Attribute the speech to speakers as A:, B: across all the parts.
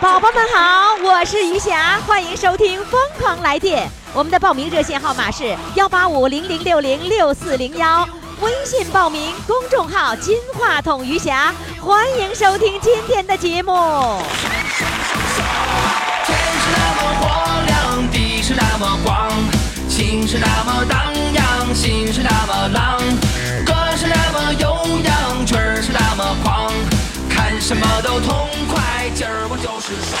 A: 宝宝们好，我是余霞，欢迎收听《疯狂来电》。我们的报名热线号码是幺八五零零六零六四零幺，微信报名公众号“金话筒余霞”。欢迎收听今天的节目。
B: 天是那么荒凉，地是那么广，情是那么荡漾，心是那么浪，歌是那么悠扬，曲儿是那么狂，看什么都痛快，今儿我就是爽。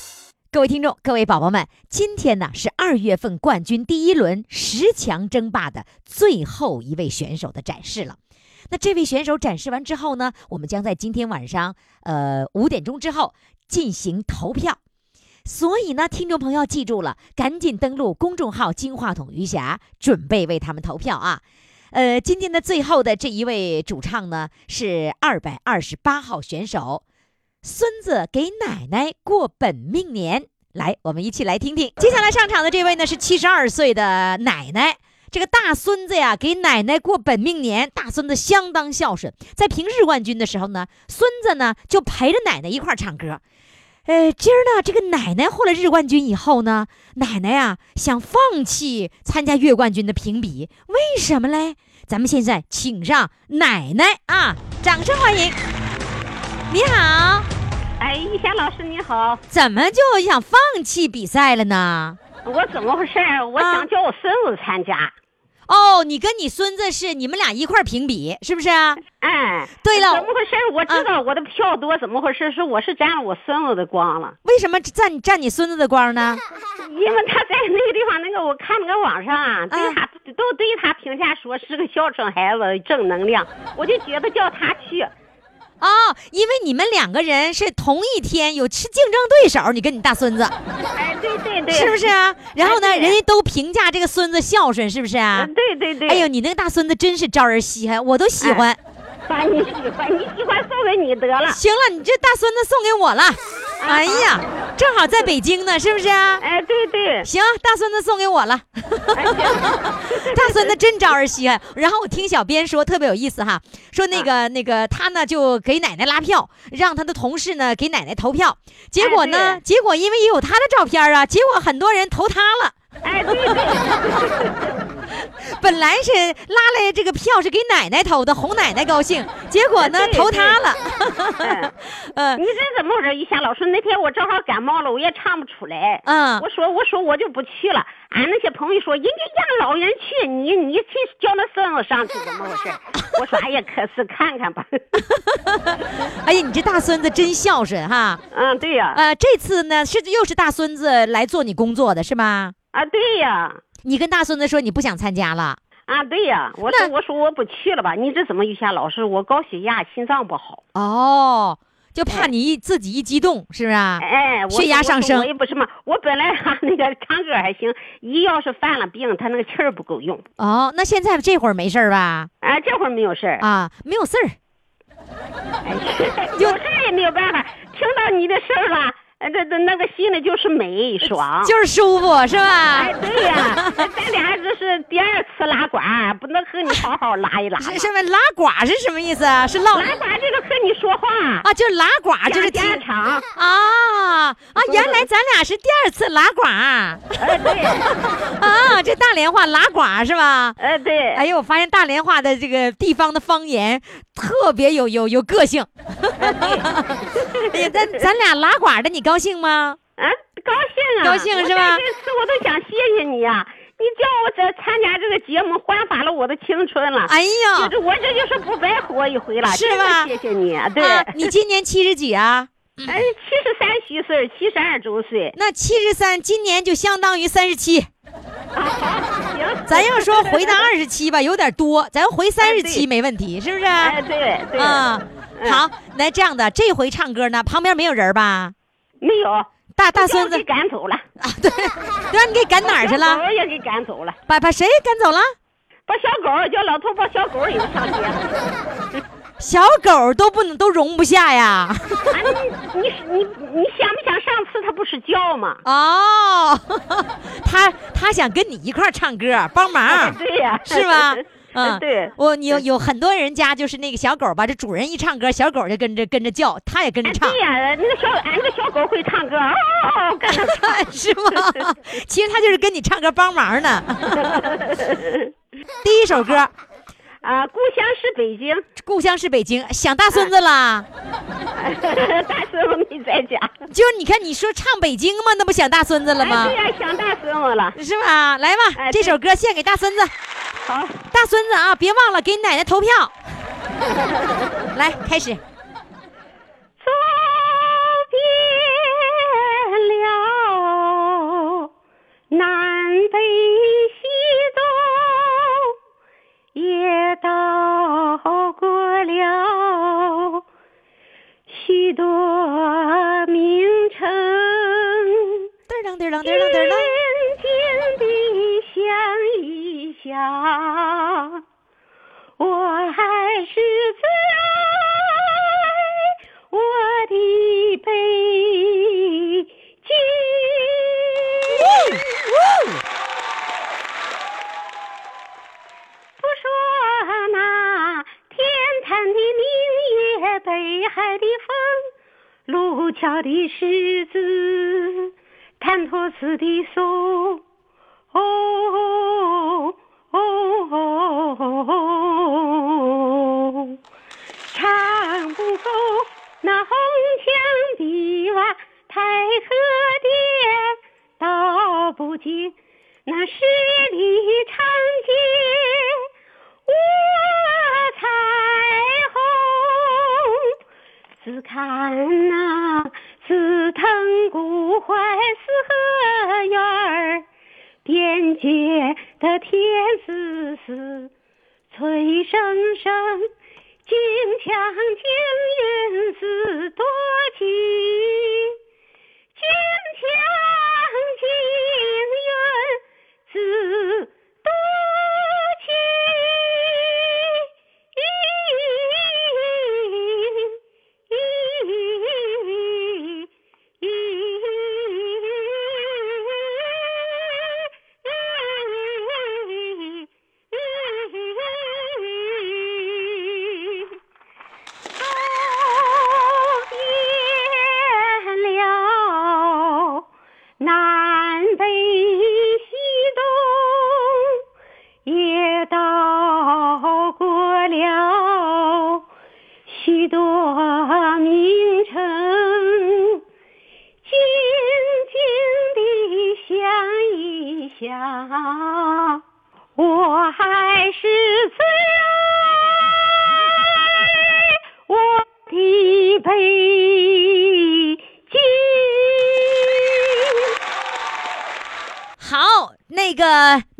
A: 各位听众，各位宝宝们，今天呢是二月份冠军第一轮十强争霸的最后一位选手的展示了。那这位选手展示完之后呢，我们将在今天晚上呃五点钟之后进行投票。所以呢，听众朋友记住了，赶紧登录公众号“金话筒余霞”，准备为他们投票啊。呃，今天的最后的这一位主唱呢是二百二十八号选手，孙子给奶奶过本命年。来，我们一起来听听。接下来上场的这位呢是七十二岁的奶奶。这个大孙子呀，给奶奶过本命年，大孙子相当孝顺。在平日冠军的时候呢，孙子呢就陪着奶奶一块儿唱歌。呃，今儿呢，这个奶奶获了日冠军以后呢，奶奶呀、想放弃参加月冠军的评比，为什么嘞？咱们现在请上奶奶啊，掌声欢迎！你好，
C: 哎，玉霞老师你好，
A: 怎么就想放弃比赛了呢？啊
C: 我怎么回事儿？啊我想叫我孙子参加。
A: 哦，你跟你孙子是你们俩一块儿评比，是不是啊？
C: 哎，
A: 对了啊
C: 怎么回事儿？我知道我的票多，怎么回事儿？是我是沾了我孙子的光了，
A: 为什么占占你孙子的光呢？
C: 因为他在那个地方，那个我看那个网上啊，对他、都对他评价说是个孝顺孩子，正能量，我就觉得叫他去。
A: 哦，因为你们两个人是同一天，有是竞争对手，你跟你大孙子
C: 哎，对对对，
A: 是不是？啊？然后呢，
C: 哎对
A: 人家都评价这个孙子孝顺，是不是啊？
C: 嗯，对对对。哎
A: 哎呦，，你那个大孙子真是招人稀罕，我都喜欢。
C: 把你喜欢，你喜欢送给你得了。啊
A: 行了，你这大孙子送给我了。哎呀，正好在北京呢，是不是啊？
C: 哎，对对，哎
A: 行，大孙子送给我了。 大孙子真招人稀罕。然后我听小编说特别有意思哈，说
C: 啊
A: 那个、那个他呢就给奶奶拉票，让他的同事呢给奶奶投票。结果呢，
C: 哎
A: 结果因为也有他的照片啊，结果很多人投他了。
C: 哎，对对。
A: 本来是拉来这个票是给奶奶投的，哄奶奶高兴，结果呢
C: 对
A: 投他了。
C: 嗯
A: 嗯
C: 你这怎么回事？一霞老师，那天我正好感冒了，我也唱不出来。
A: 嗯
C: 我说我说我就不去了。俺、那些朋友说，人家让老人去，你你去叫那孙子上去，怎么回事？ 我说哎呀，可是看看吧。
A: 哎呀，你这大孙子真孝顺哈。
C: 嗯，对呀、啊，
A: 呃，这次呢是又是大孙子来做你工作的是吗？
C: 啊对呀、
A: 你跟大孙子说你不想参加了。
C: 啊，对呀、我
A: 那
C: 说我说我不去了吧？你这怎么，玉霞老师？我高血压，心脏不好。哎
A: 哦，就怕你一自己一激动，是不是啊？
C: 哎，我
A: 血压
C: 我
A: 上
C: 说
A: 升
C: 我也不是嘛，我本来 哈、那个唱歌还行，一要是犯了病，他那个气儿不够用。
A: 哦，那现在这会儿没事儿吧？
C: 哎，这会儿没有事儿。
A: 啊，没有事儿。
C: 哎有事儿也没有办法，听到你的事儿了，呃这这那个心里就是美爽。
A: 呃就是舒服是吧
C: 哎，？对呀、咱俩这是第二次拉呱，不能和你好好拉一拉吗。
A: 是什么拉呱是什么意思啊？是唠
C: 拉呱就是和你说话，
A: 啊，就是拉呱就是
C: 家
A: 听
C: 家常。
A: 啊啊！原来咱俩是第二次拉呱
C: 哎，对，
A: 啊，这大连话拉呱是吧？
C: 哎对，
A: 哎呦，我发现大连话的这个地方的方言特别有有哎有个性。哎呀，咱咱俩拉呱的，你高兴吗？
C: 啊，
D: 高兴啊，
A: 高兴是吧
D: 我在这次我都想谢谢你啊，你叫我这参加这个节目，焕发了我的青春了。
A: 哎呀
D: 就是我这就是不白活一回了，
A: 是
D: 真的
A: 吧
D: 谢谢你，对，
A: 啊，你今年七十几啊？
D: 哎，七十三虚岁，七十二周岁，
A: 那七十三，今年就相当于三十七。
D: 行，
A: 咱要说回到二十七吧，有点 多，咱回三十
D: 对
A: 七没问题，是不是？
D: 哎，对对，嗯
A: 啊，好，那这样的，这回唱歌呢，旁边没有人吧？
D: 没有，
A: 大大
D: 叫
A: 孙
D: 我
A: 子
D: 给赶走了，
A: 啊，对，都让你给赶哪儿去
D: 小狗
A: 了？
D: 儿也给赶走了，
A: 把把谁赶走了？
D: 把小狗儿叫老头把小狗儿也上街了。
A: 小狗都不能都容不下 呀！
D: 啊，你你你你想没想上次他不是叫吗？
A: 哦，他他想跟你一块儿唱歌，帮 忙，
D: 啊对呀、
A: 是吧？嗯，
D: 对。
A: 我你有有很多人家就是那个小狗吧，这主人一唱歌，小狗就跟着跟着叫，它也跟着
D: 哎，
A: 唱
D: 对，呀、那个小俺那个小狗会唱歌，嗷嗷嗷，跟着唱。
A: 是吗？其实它就是跟你唱歌帮忙 呢。第一首歌《
D: 啊，故乡是北京，啊
A: 故乡是北京》，想大孙子啦。
D: 大师傅没在家。
A: 就是你看你说唱北京嘛，那不想大孙子了
D: 哎，
A: 吗
D: 对？呀、想大师傅了。
A: 是吧？来吧，
D: 哎
A: 这
D: 对
A: 首歌献给大孙子。
D: 好，
A: 大孙子啊，别忘了给奶奶 投票。来，开始。
D: 走遍了南北西东，也到过了许多名城，
A: 嘚儿啷嘚儿啷嘚儿啷嘚儿
D: 渐
A: 啷。
D: 渐地想一想。我还是在我的北京。不说那天坛的明月，北海的风，路桥的石子，潭柘寺的松。哦哦哦哦，唱不够那红墙碧瓦太和殿，道不尽那十里长街我彩虹。只看那紫藤古槐四合院儿，边界的天子寺，翠声声，金墙金云子多情，金墙金云子多情。走遍了南北西东，也到过了许多名城，静静地想一想，我还是最爱我的北京。
A: 好，那个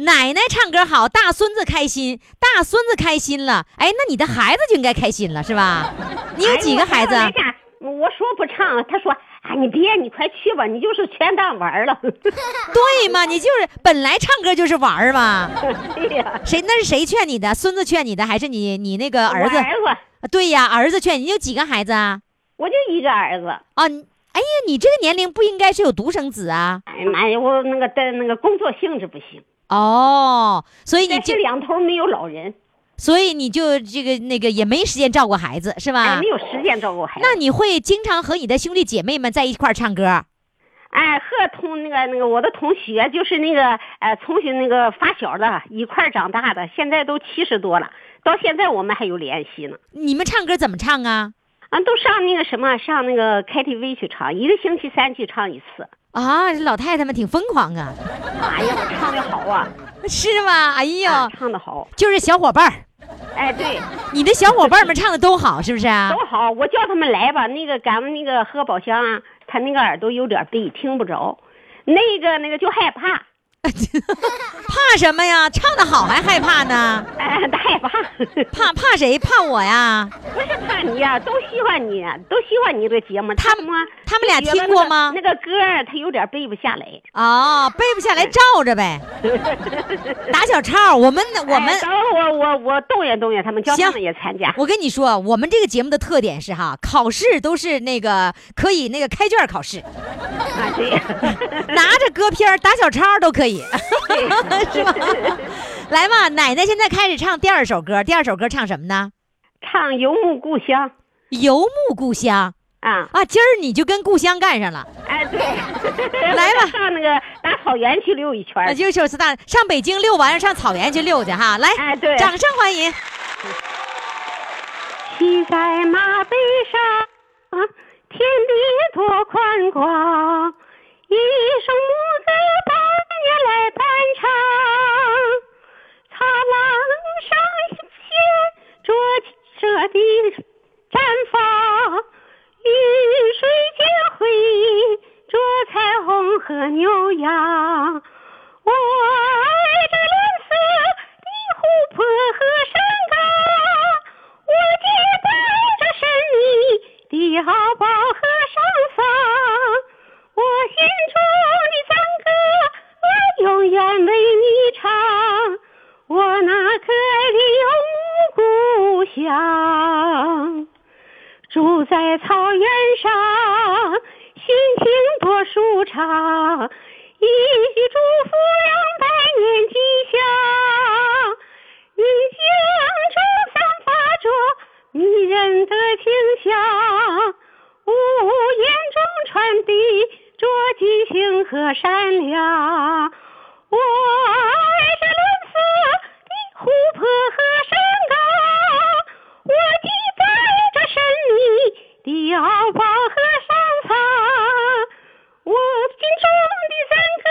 A: 奶奶唱歌好，大孙子开心，大孙子开心了，哎，那你的孩子就应该开心了，是吧？你有几个孩子？啊
D: 哎我说了那啥我说不唱了，他说：“啊，你别，你快去吧，你就是全当玩儿了。
A: 对嘛，你就是 本来唱歌就是玩儿嘛。”
D: 对呀、
A: 谁那是谁劝你的？孙子劝你的，还是你你那个儿子？
D: 我儿子，
A: 啊对呀，儿子劝你。你有几个孩子啊？
D: 我就一个儿子。
A: 啊，你哎呀，你这个年龄不应该是有独生子啊？
D: 哎呀妈呀，我那个的那个工作性质不行，
A: 哦，所以你
D: 但
A: 就是
D: 两头没有老人，
A: 所以你就这个那个也没时间照顾孩子是吧
D: 哎，没？有时间照顾孩子。
A: 那你会经常和你的呃兄弟姐妹们在一块儿唱歌？
D: 哎，和同那个那个我的同学，就是那个呃，从小那个发小的，一块儿长大的，现在都七十多了，到现在我们还有联系呢。
A: 你们唱歌怎么唱啊？
D: 啊，都上那个什么，上那个 KTV 去唱，一个星期三去唱一次。
A: 啊，这老太太们挺疯狂啊，
D: 哎呀，唱的好啊，
A: 是吗？哎呦，
D: 啊唱的好，
A: 就是小伙伴儿，
D: 哎，对，
A: 你的小伙伴们唱的都好，是不是啊
D: 都？好，我叫他们来吧。那个咱们那个何宝香啊，他那个耳朵有点背，听不着，那个那个就害怕，
A: 怕什么哎呀？唱的好还害怕呢？
D: 哎，他害怕，
A: 怕怕谁？怕我呀？
D: 不是怕你呀、都喜欢你呀、都喜欢你这节目。
A: 他
D: 们啊
A: 他们俩听过吗
D: 那个歌儿他有点背不 下来，
A: 哦，背不下来照着 呗，打小抄。我们我们
D: 哎等会儿我我我动员动员他们，叫他
A: 行
D: 们也参加。
A: 我跟你说，我们这个节目的特点是哈，考试都是那个可以那个开卷考试，
D: 啊，对，
A: 拿着歌片儿打小抄都可以， 是吧？来嘛，奶奶现在开始唱第二首歌，第二首歌唱什么呢？
D: 唱《游牧故乡》
A: 游牧故乡
D: 啊，
A: 啊，今儿你就跟故乡干上了，
D: 哎，对，
A: 来吧啊
D: 上那个大草原去溜一圈儿
A: 那。就就是大上北京遛完，上草原去遛去 哈，来，
D: 哎对
A: 掌声欢 迎。
D: 骑在马背上，天地多宽广，一声母子半夜来伴唱，草朗上写着这的绽放，雨水间回忆着彩虹和牛羊。我爱这蓝色的湖泊和山岗，我期待着神秘的敖包和上桑，我心中的赞歌我永远为你唱，我那可爱的游牧故乡。住在草原上，心情多舒畅。一句祝福两百年吉祥，你江中散发着迷人的清香，屋檐中传递着激情和善良。我爱这蓝色的湖泊和山岗，我记载着神秘的敖包和上苍，我心中的赞歌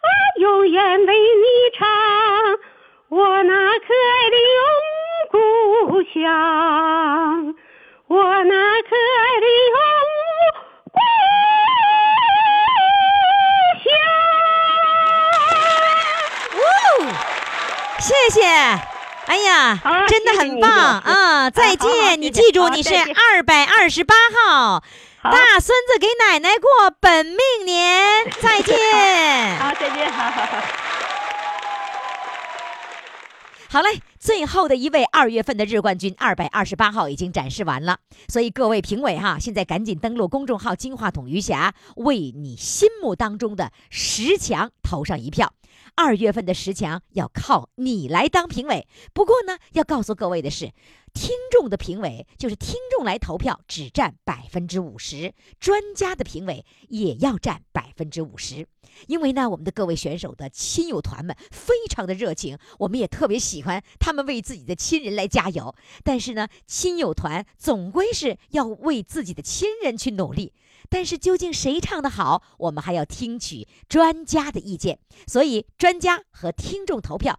D: 我永远为你唱，我那可爱的游牧故乡，我那可爱的游牧故乡。
A: 哦，谢谢。哎呀
D: 好，
A: 真的
D: 谢谢
A: 很
D: 你
A: 棒
D: 老师
A: 啊！再
D: 好好好
A: 见，你
D: 谢谢
A: 记住
D: 啊好
A: 你是
D: 再见
A: 二百二十八号，
D: 好
A: 大孙子给奶奶过本命年，再 见。
D: 好，啊再见，好好好。
A: 好嘞，最后的一位二月份的日冠军二百二十八号已经展示完了，所以各位评委哈，现在赶紧登录公众号“金话筒余霞”，为你心目当中的十强投上一票。二月份的十强要靠你来当评委。不过呢，要告诉各位的是，听众的评委就是听众来投票，只占百分之五十；专家的评委也要占百分之五十。因为呢，我们的各位选手的亲友团们非常的热情，我们也特别喜欢他们为自己的亲人来加油。但是呢，亲友团总归是要为自己的亲人去努力。但是究竟谁唱得好，我们还要听取专家的意见。所以，专家和听众投票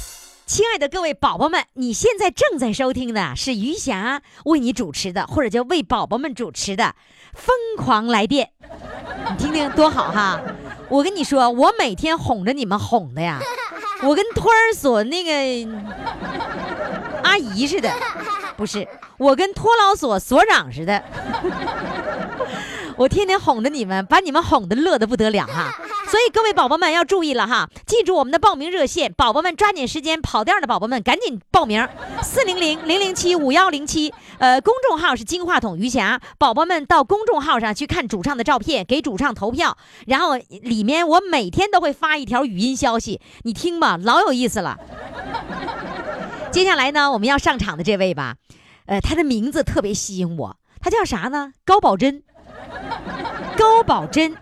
A: 亲爱的各位宝宝们，你现在正在收听的是余霞为你主持的，或者叫为宝宝们主持的《疯狂来电》，你听听多好哈！我跟你说，我每天哄着你们哄的呀，我跟托儿所那个阿姨似的，不是，我跟托老所所长似 的。我天天哄着你们，把你们哄得乐得不得了哈。所以各位宝宝们要注意了哈，记住我们的报名热线，宝宝们抓紧时间，跑调的宝宝们赶紧报名，四零零 零零七五幺零七，呃，公众号是金话筒余霞，宝宝们到公众号上去看主唱的照片，给主唱投票，然后里面我每天都会发一条语音消息，你听吧，老有意思了。接下来呢，我们要上场的这位吧，呃，他的名字特别吸引我，他叫啥呢？高宝珍。高宝珍，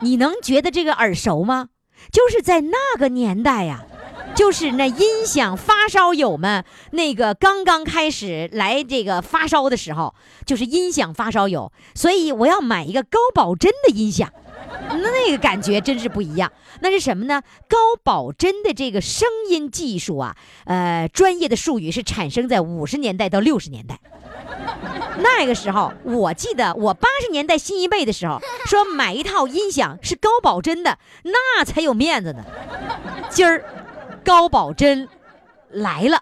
A: 你能觉得这个耳熟吗？就是在那个年代呀、就是那音响发烧友们那个刚刚开始来这个发烧的时候，就是音响发烧友，所以我要买一个高保真的音响。那那个感觉真是不一样，那是什么呢？高保真的这个声音技术啊，呃，专业的术语是产生在五十年代到六十年代。那个时候，我记得我八十年代新一辈的时候，说买一套音响是高保真的，那才有面子呢。今儿高保真来了，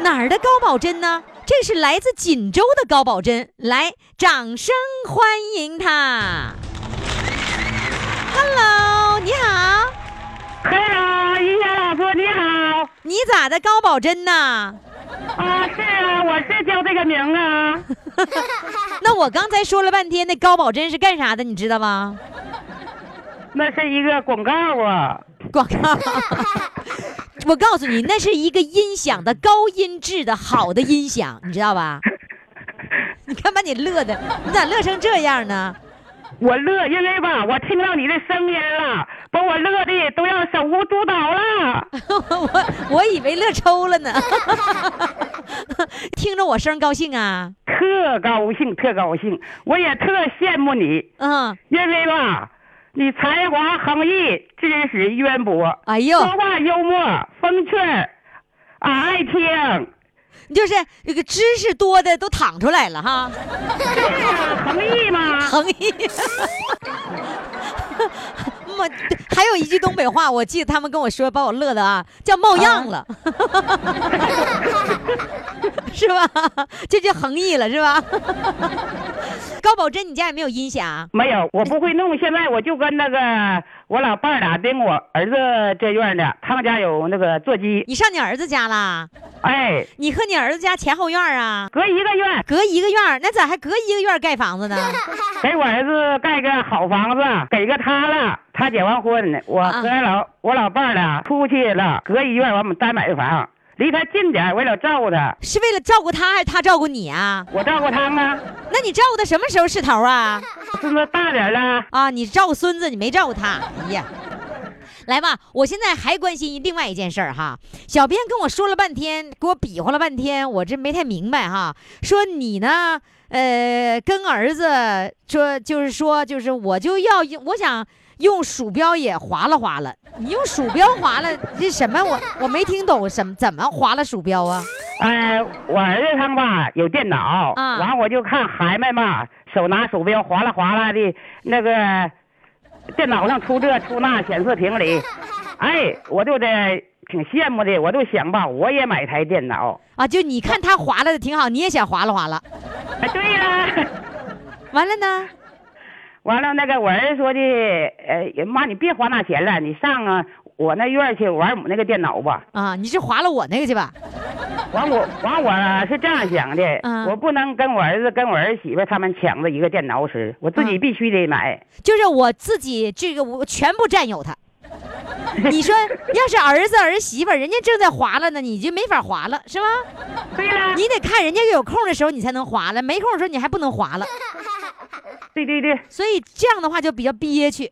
A: 哪儿的高保真呢？这是来自锦州的高保真，来，掌声欢迎他。Hello，你好，
E: 哎 Hello，于霞老师你好。
A: 你咋的，高保真呐？
E: 啊，是啊，我是叫这个名啊。
A: 那我刚才说了半天，那高保真是干啥的，你知道吗？
E: 那是一个广告啊。
A: 广告。我告诉你，那是一个音响的高音质的好的音响，你知道 吧？你看把你乐的，你咋乐成这样呢？
E: 我乐，因为吧，我听到你的声音了，把我乐的都要手舞足蹈了。
A: 我我以为乐抽了呢， 听着我声儿高兴啊，
E: 特高兴，特高兴！我也特羡慕你，
A: 嗯，
E: 因为吧，你才华横溢，知识渊博，
A: 哎呦
E: 说，话幽默，风趣儿，啊， 爱听，
A: 就是这个知识多的都淌出来了哈，
E: 横溢嘛。
A: 横 溢。妈，还有一句东北话，我记得他们跟我说，把我乐的啊，叫冒样了， 是吧？这就横溢了，是吧？ 高保真，你家也没有音响？
E: 没有，我不会弄。现在我就跟那个我老伴儿俩跟我儿子这院儿的，他们家有那个座机，
A: 你上你儿子家啦？
E: 哎，
A: 你和你儿子家前后院啊？
E: 隔一个院
A: 隔一个院儿，那咋还隔一个院儿盖房子呢？
E: 给我儿子盖个好房子，给个他了。他结完婚呢，我
A: 啊
E: 和老、我老伴儿俩出去了，隔一院儿完我们单买房，离他近点儿，我老照顾他，
A: 是为了照顾他，还是他照顾你啊？
E: 我照顾他啊。
A: 那你照顾他什么时候是头啊？
E: 孙子大点儿了，
A: 啊，你照顾孙子，你没照顾他。哎呀，来吧，我现在还关心另外一件事儿哈。小编跟我说了半天，给我比划了半天，我这没太明白哈。说你呢，呃，跟儿子说，就是说，就是我就要用，我想用鼠标也划拉划拉。你用鼠标划拉这什么？我我没听懂什么怎么划拉鼠标啊？
E: 哎，我儿子他们吧有电脑，
A: 啊
E: 完我就看孩子嘛，手拿鼠标哗啦哗啦的，那个电脑上出这出那显示屏 里，哎，我就得挺羡慕的，我就想吧，我也买台电脑。
A: 啊，就你看他划拉的挺好，你也想划拉划拉。
E: 哎，对呀。
A: 完了呢？
E: 完了，那个我儿子说的，呃，妈，你别花那钱了，你上啊我那院儿去玩我那个电脑吧。
A: 啊，你是划拉我那个去吧？
E: 完我完我是这样想的，
A: 嗯
E: 我不能跟我儿子跟我儿媳妇他们抢着一个电脑使，我自
A: 嗯
E: 己必须得买。
A: 就是我自己这个我全部占有它。你说，要是儿子儿媳妇儿，人家正在划拉呢，你就没法划拉，是吧？
E: 对了，
A: 你得看人家有空的时候你才能划拉，没空的时候你还不能划拉，
E: 对对对，
A: 所以这样的话就比较憋屈。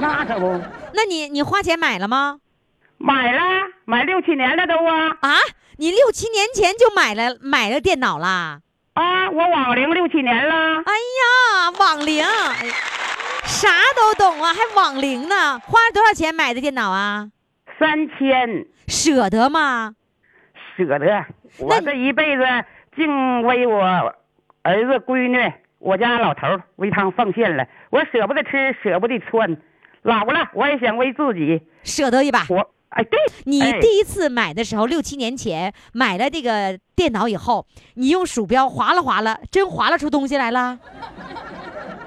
E: 那可不，
A: 那你你花钱买了吗？
E: 买了买六七年了都啊
A: 啊，你六七年前就买了买了电脑啦？
E: 啊，我网龄六七年了，
A: 哎呀，网龄，哎呀啥都懂啊，还网龄呢？花了多少钱买的电脑啊？
E: 三千
A: 舍得吗？
E: 舍得，我这一辈子净为我儿子闺女、我家老头儿为他们奉献了，我舍不得吃，舍不得穿，老了我也想为自己，
A: 舍得一把。
E: 我哎对，
A: 你
E: 哎
A: 第一次买的时候，六七年前买了这个电脑以后，你用鼠标划拉划拉，真划拉出东西来了。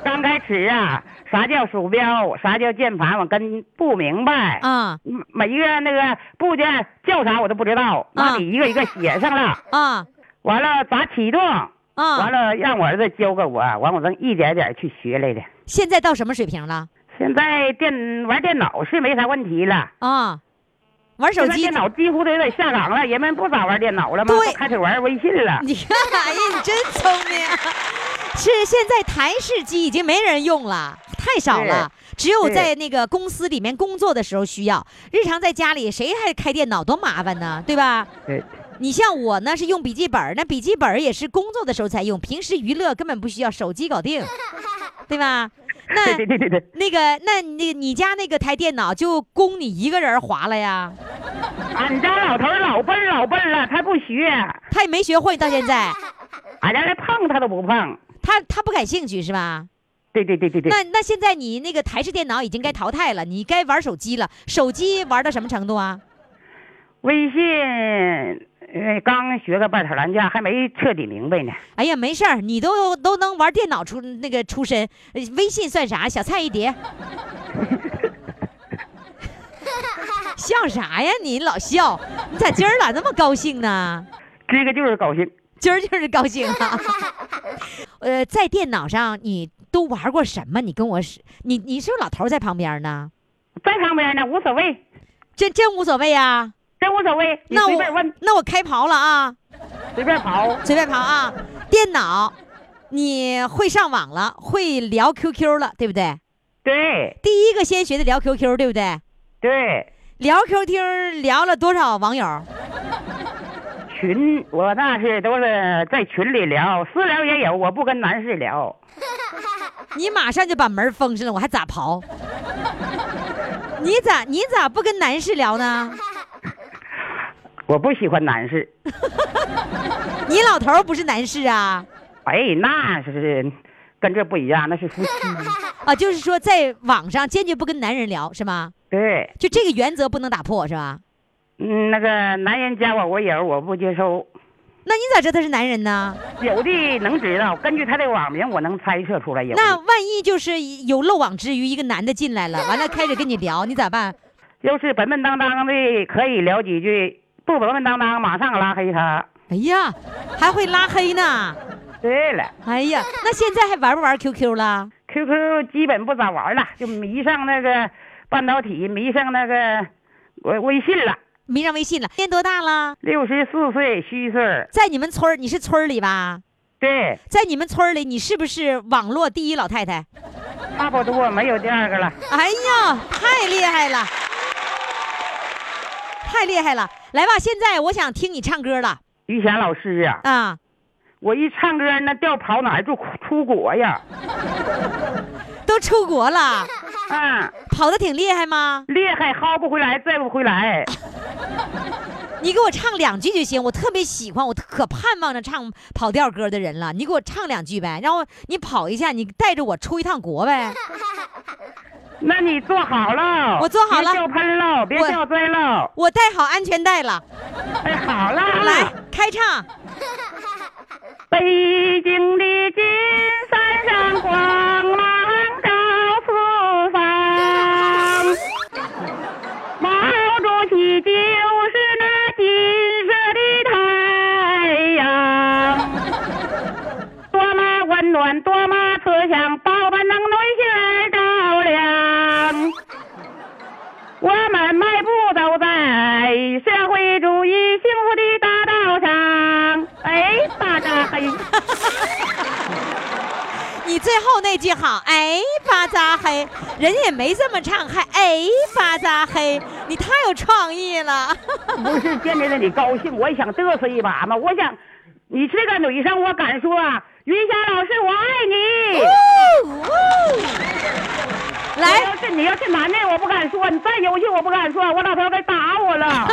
E: 刚开始啊啥叫鼠标，啥叫键盘，我跟不明白。
A: 啊
E: 嗯每一个那个部件叫啥我都不知道，那你一个一个写上了，
A: 啊
E: 完了咋启动，完
A: 啊！
E: 了让我儿子教给我，完我正一点点去学来的。
A: 现在到什么水平了？
E: 现在电玩电脑是没啥问题了，
A: 啊，玩手
E: 现在
A: 机
E: 电。脑几乎都有点下岗了，人们不咋玩电脑了吗？
A: 对
E: 都开始玩微信了。
A: 你看， 哎呀，你真聪明。是现在台式机已经没人用了，太少了，只有
E: 是
A: 在那个公司里面工作的时候需要。日常在家里谁还开电脑，多麻烦呢，对吧？
E: 对，
A: 你像我呢，是用笔记本儿，那笔记本儿也是工作的时候才用，平时娱乐根本不需要，手机搞 定，对吧？那
E: 对对对对对，
A: 那个，那你你家那个台电脑就供你一个人儿划了呀？
E: 俺家老头儿老笨老笨了，他不学，
A: 他也没学会到现在，
E: 俺家连碰他都不碰。
A: 他他不感兴趣是吧？
E: 对对对对对，
A: 那那现在你那个台式电脑已经该淘汰了，你该玩手机了。手机玩到什么程度啊？
E: 微信呃刚学个半条栏架，还没彻底明白呢。
A: 哎呀，没事儿，你都都能玩电脑出那个出身，呃微信算啥？小菜一碟。 笑啥呀你？老笑，你咋今儿咋那么高兴呢？
E: 这个就是高兴。
A: 今儿就是高兴啊。 呃，在电脑上你都玩过什么？你跟我是你你是不是老头儿在旁边呢？
E: 在旁边呢，无所谓，
A: 真真无所谓啊。
E: 真无所谓，你
A: 那
E: 随便
A: 我
E: 问，
A: 那我开刨了啊。
E: 随便刨。
A: 随便跑啊！电脑，你会上网了，会聊 QQ 了，对不对？
E: 对
A: 第一个先学的聊 QQ，对不对？
E: 对，
A: 聊 QQ 聊了多少网友？
E: 群我那是都是在群里聊，私聊也有，我不跟男士聊。
A: 你马上就把门封上了，我还咋刨？你咋你咋不跟男士聊呢？
E: 我不喜欢男士。
A: 你老头儿不是男士啊？
E: 哎，那是跟这不一样，那是 夫妻。
A: 啊，就是说在网上坚决不跟男人聊是吗？
E: 对，
A: 就这个原则不能打破是吧？
E: 嗯，那个男人加我我友，我不接收。
A: 那你咋知道他是男人呢？
E: 有的能知道，根据他的网名，我能猜测出来有的。
A: 那万一就是有漏网之鱼，一个男的进来了，完了开始跟你聊，你咋办？
E: 要是本本当当的，可以聊几句；不本本当当，马上拉黑他。
A: 哎呀，还会拉黑呢！
E: 对了。
A: 哎呀，那现在还玩不玩 QQ 了？
E: QQ 基本不咋玩了，就迷上那个半导体，迷上那个微微信了。
A: 迷上微信了？年多大了？
E: 六十四岁虚岁儿，
A: 在你们村儿，你是村儿里吧？
E: 对，
A: 在你们村儿里，你是不是网络第一老太太？
E: 差不多没有第二个了。
A: 哎呀，太厉害了，太厉害了！来吧，现在我想听你唱歌了
E: 于霞老师啊，
A: 啊！
E: 我一唱歌那调跑哪儿就出国呀？
A: 都出国了，
E: 啊，
A: 跑得挺厉害吗？
E: 厉害，薅不回来，拽不回来。
A: 你给我唱两句就行，我特别喜欢，我特可盼望着唱跑调歌的人了。你给我唱两句呗，让我你跑一下，你带着我出一趟国呗。
E: 那你坐好了，
A: 我坐好了
E: 别掉喷喽，别
A: 我
E: 掉摔喽。
A: 我带好安全带了，
E: 哎，好了，
A: 来开唱。
E: 北京的金山上光芒照四方，毛主席就是那金色的太阳，多么温暖，多么慈祥，宝宝能暖心儿照亮。我们迈步走在社会主义幸福的大道上，哎，巴扎嘿。
A: 你最后那句好，哎巴扎嘿，人家也没这么唱，还哎巴扎嘿，你太有创意了。
E: 不是见着了你高兴，我也想嘚瑟一把嘛。我想，你这个女生，我敢说，啊云霞老师，我爱你。
A: 来
E: 我，要是你要是男的，我不敢说；你再优秀，我不敢说。我老头该打我了，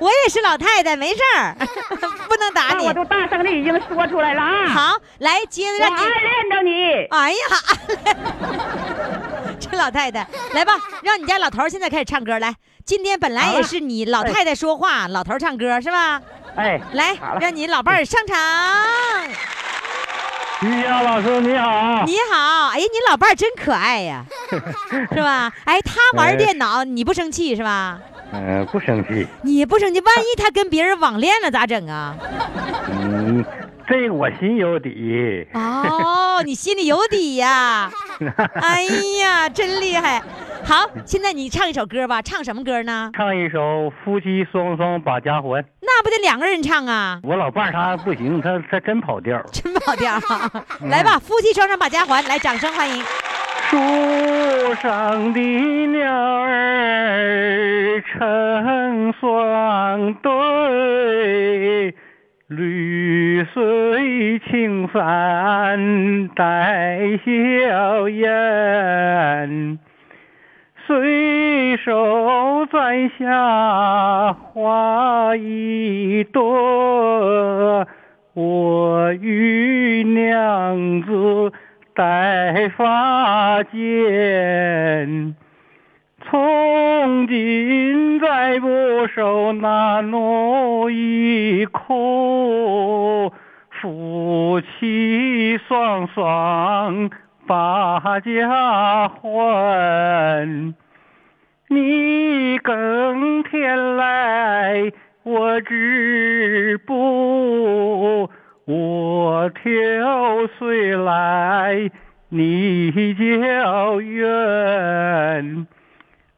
A: 我也是老太太，没事儿， 不能打
E: 那
A: 你
E: 我。都大声的已经说出来了啊。
A: 好，来接着
E: 我
A: 让你。
E: 暗恋着你，
A: 哎呀， 这老太太，来吧，让你家老头儿现在开始唱歌来。今天本来
E: 好
A: 也
E: 了
A: 是你老太太说话，老头儿唱歌是吧？
E: 哎，
A: 来
E: 好，了
A: 让你老伴儿上场。
F: 于洋老师你好，
A: 你好，哎呀，你老伴儿真可爱 呀，是吧？哎，他玩电脑，你不生气是吧？
F: 嗯、不生气，
A: 你不生气，万一他跟别人网恋了咋整啊？
F: 嗯，这我心有底。
A: 哦，你心里有底呀！哎呀，真厉害。好，现在你唱一首歌吧，唱什么歌呢？
F: 唱一首《夫妻双双把家还》，
A: 那不得两个人唱 啊，
F: 我老伴儿他不行，他他真跑调儿。
A: 真跑调啊！来吧，夫妻双双把家还，来，掌声欢迎。
F: 树上的鸟儿成双对，绿水青山带笑颜。随手摘下花一朵，我与娘子戴发间。从今再不受那奴役苦，夫妻双双把家还。你耕田来，我织布；我挑水来，你浇园。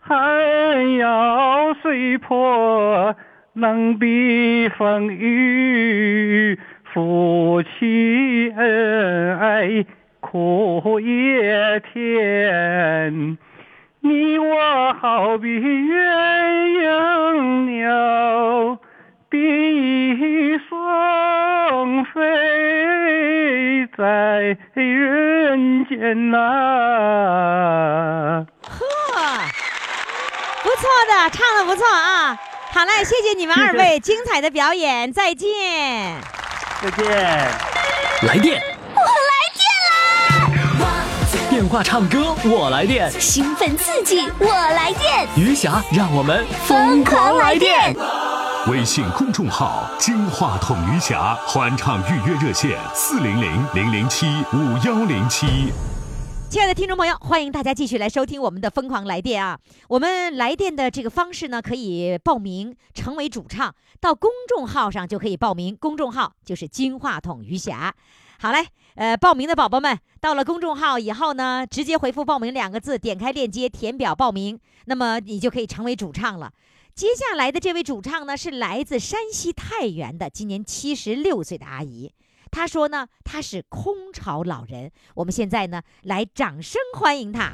F: 寒窑虽破，能避风雨。夫妻恩爱苦也甜。你我好比鸳鸯鸟，比翼双飞在人间呐、
A: 呵，不错的，唱的不错啊。好嘞，谢谢你们二位精彩的表演，再见。
F: 再见。
G: 来电，我来电啦！电话唱歌，我来电。
H: 兴奋刺激，我来电！
G: 余霞，让我们
H: 疯狂来电！
I: 微信公众号“金话筒余霞”欢唱预约热线：四零零零零七五幺零七。
A: 亲爱的听众朋友，欢迎大家继续来收听我们的《疯狂来电》啊！我们来电的这个方式呢，可以报名成为主唱，到公众号上就可以报名，公众号就是金话筒余霞。好嘞，呃，报名的宝宝们，到了公众号以后呢，直接回复“报名”两个字，点开链接填表报名，那么你就可以成为主唱了。接下来的这位主唱呢，是来自山西太原的，今年七十六岁的阿姨。她说呢，她是空巢老人。我们现在呢，来掌声欢迎她。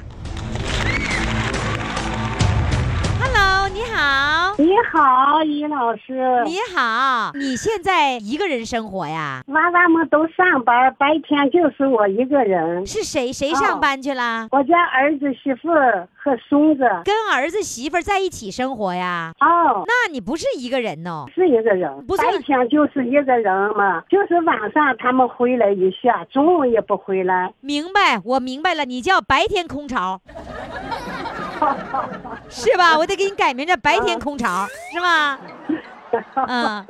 A: Hello，你好，
J: 你好，于老师
A: 你好，你现在一个人生活呀？
J: 娃娃们都上班，白天就是我一个人。
A: 是谁谁上
J: 哦
A: 班去了？
J: 我家儿子、媳妇儿和孙子，
A: 跟儿子媳妇儿在一起生活呀？
J: 哦，
A: 那你不是一个人哦？
J: 是一个人，
A: 不是
J: 白天就是一个人嘛，就是晚上他们回来一下，中午也不回来。
A: 明白，我明白了，你叫白天空巢，是 吧？我得给你改名叫白天空巢，是吧？嗯，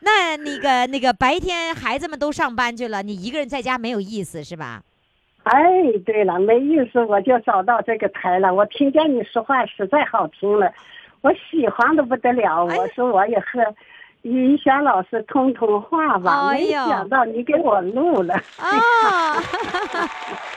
A: 那那个那个白天孩子们都上班去了，你一个人在家没有意思是吧？
J: 哎，对了，没意思，我就找到这个台了。我听见你说话实在好听了，我喜欢的不得了。
A: 哎呀
J: 我说我也和于霞老师通通话吧，
A: 哎
J: 没
A: 呦
J: 想到你给我录了。
A: 哦，